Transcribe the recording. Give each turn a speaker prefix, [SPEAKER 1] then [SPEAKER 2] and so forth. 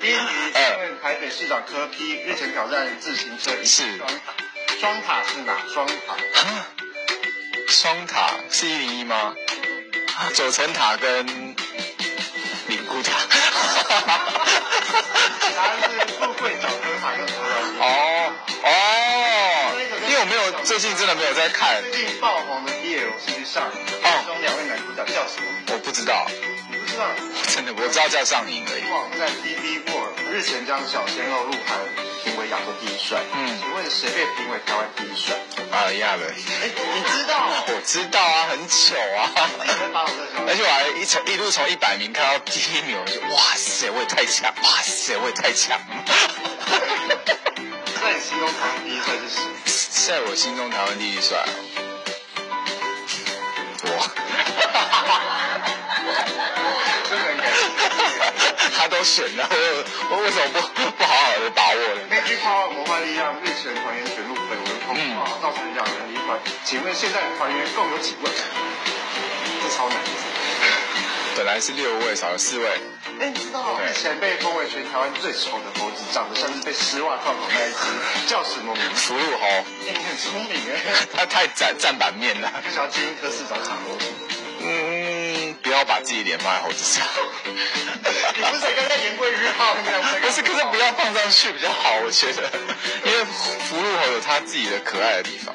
[SPEAKER 1] 哎
[SPEAKER 2] 请问台北市长柯批日前挑战自行车一
[SPEAKER 1] 是
[SPEAKER 2] 双塔，双塔是哪双塔？
[SPEAKER 1] 啊，双塔是一零一吗？九层塔跟灵谷塔。
[SPEAKER 2] 答案是富贵找柯塔跟芙蓉。
[SPEAKER 1] 哦哦，因为我没有最近真的没有在看，
[SPEAKER 2] 最近爆红的 BL 戏剧上，
[SPEAKER 1] 哦
[SPEAKER 2] 其中两位男主角叫什么？
[SPEAKER 1] 我不知道，
[SPEAKER 2] 你不知道？
[SPEAKER 1] 真的我知道叫上瘾而已。
[SPEAKER 2] 网站 DB World 日前将小鲜肉鹿晗评为亚洲第一帅。
[SPEAKER 1] 嗯
[SPEAKER 2] 请问谁被评为台湾第一帅？
[SPEAKER 1] 玛利亚的，
[SPEAKER 2] 哎，你知道？
[SPEAKER 1] 我知道啊，很糗啊。
[SPEAKER 2] 你在把我这什
[SPEAKER 1] 而且我还一从一路从一百名看到第一名，我就哇塞，我也太强，哇塞，我也太 强。
[SPEAKER 2] 在你心中排行第一帅是谁？
[SPEAKER 1] 在我心中，台湾第一帅哦，我
[SPEAKER 2] 真的很感谢。
[SPEAKER 1] 他都选了，我我为什么不不好好的把握呢？
[SPEAKER 2] 那句话魔幻力量日前团员全部绯闻通
[SPEAKER 1] 嗯
[SPEAKER 2] 报，造成两人离团。请问现在团员共有几位？这超难。
[SPEAKER 1] 本来是六位，少了四位，
[SPEAKER 2] 哎，你知道日前被封为全台湾最丑的猴子，长得像是被丝袜套绑在一起，叫什么名字？
[SPEAKER 1] 福禄猴，
[SPEAKER 2] 哎，你很聪明哎。
[SPEAKER 1] 他太占占版面了。
[SPEAKER 2] 就想要精英科市长抢东西。
[SPEAKER 1] 嗯，不要把自己脸放在猴子上。
[SPEAKER 2] 你不是才刚才言归于好，你才
[SPEAKER 1] 不是，可是不要放上去比较好，我觉得，因为福禄猴有他自己的可爱的地方。